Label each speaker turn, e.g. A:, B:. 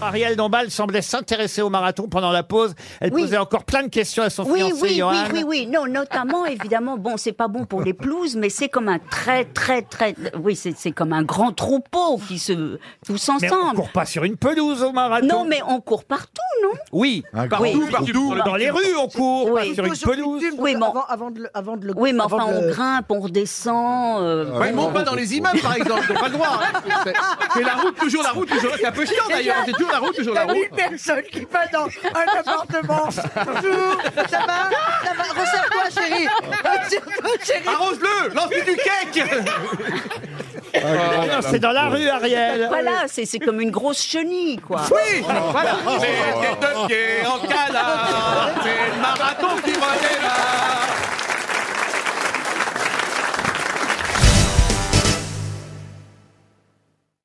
A: Ariel Dombal semblait s'intéresser au marathon pendant la pause. Elle
B: Oui.
A: posait encore plein de questions à son
B: Oui,
A: fiancé,
B: oui, oui,
A: Johan.
B: oui, oui. Non, notamment, évidemment, bon, c'est pas bon pour les pelouses, mais c'est comme un très, très, très. Oui, c'est c'est comme un grand troupeau qui se. tous
A: Mais on
B: ensemble.
A: court pas sur une pelouse au marathon.
B: Non, mais on court partout, non
A: Oui, partout,
B: grand-
A: partout. Dans les rues, on court,
B: Oui.
A: pas sur une pelouse.
B: Oui, mais-
C: avant, avant de le, avant de le-
B: Oui, mais
C: avant
B: enfin,
C: de
B: on
C: le-
B: grimpe, on redescend. euh,
D: Ils ne montent pas dans les immeubles, par exemple. Ils n'ont pas le droit. hein. C'est- C'est la route, toujours la route, toujours. C'est un peu chiant d'ailleurs. C'est toujours la route, toujours la
C: T'as
D: route.
C: une personne qui passe dans un appartement. Bonjour, ça va Ça va Resserre-toi, chérie. Resserre-toi, chérie.
D: Arrose-le Lance-lui du cake
B: Ah,
A: Non, c'est dans la rue, Ariel.
B: Voilà, c'est c'est comme une grosse chenille, quoi.
D: Oui Voilà C'est le pied en canard C'est le marathon qui va démarrer